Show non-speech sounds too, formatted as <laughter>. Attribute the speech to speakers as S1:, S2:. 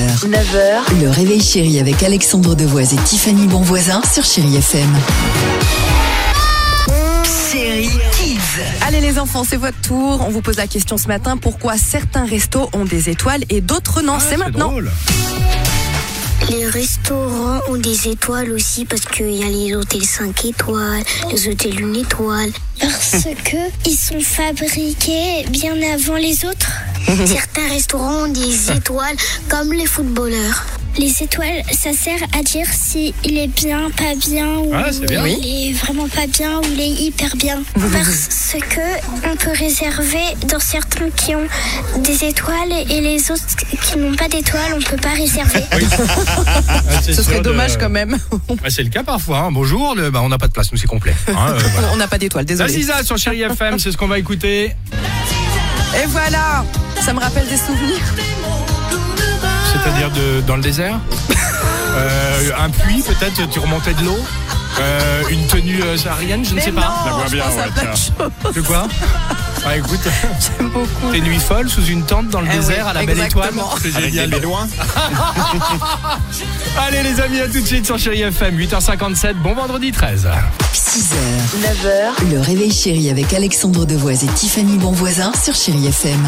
S1: 9h. 9h. Le réveil chéri avec Alexandre Devoise et Tiffany Bonvoisin sur Chéri FM. Chéri Kids.
S2: Allez les enfants, c'est votre tour. On vous pose la question ce matin pourquoi certains restos ont des étoiles et d'autres non. c'est maintenant.
S3: Ah,
S2: Ah,
S3: drôle.
S4: Les restaurants ont des étoiles aussi parce qu'il y a les hôtels 5 étoiles, les hôtels 1 étoile. <laughs> Parce que ils sont fabriqués bien avant les autres. <laughs> Certains restaurants ont des étoiles comme les footballeurs. Les étoiles, ça sert à dire si il est bien, pas bien, ou
S3: Ah, c'est bien. Oui.
S4: il est vraiment pas bien, ou il est hyper
S3: <laughs>
S4: bien. Parce que on peut réserver dans certains qui ont des étoiles et les autres qui n'ont pas d'étoiles, on peut pas réserver.
S3: Ah,
S2: Ce
S3: c'est sûr
S2: serait
S3: de-
S2: dommage quand même. <laughs>
S3: Ah, c'est le cas parfois. hein. Bonjour, le- bah, on n'a pas de place, nous c'est complet. Hein, euh,
S2: <laughs>
S3: voilà.
S2: On n'a pas d'étoiles,
S3: La
S2: désolé.
S3: Ziza sur Chéri FM, c'est ce qu'on va écouter.
S2: Et voilà Ça me rappelle des souvenirs.
S3: C'est-à-dire de- dans
S2: <laughs>
S3: le désert Euh, Un puits peut-être, tu remontais de l'eau Euh, Une tenue euh, saharienne, je ne
S2: Mais
S3: sais
S2: non,
S3: pas.
S2: je pense à plein de choses.
S3: De
S2: <laughs>
S3: quoi Ah écoute,
S2: J'aime beaucoup.
S3: tes nuits folles sous une tente dans le
S2: Eh
S3: désert
S2: oui,
S3: à la belle étoile.
S2: exactement.
S3: C'est génial. Allez les amis, à tout de suite sur Chéri FM, 8h57, bon vendredi 13.
S1: 6h. 9h. Le réveil chéri avec Alexandre Devoise et Tiffany Bonvoisin sur Chéri FM.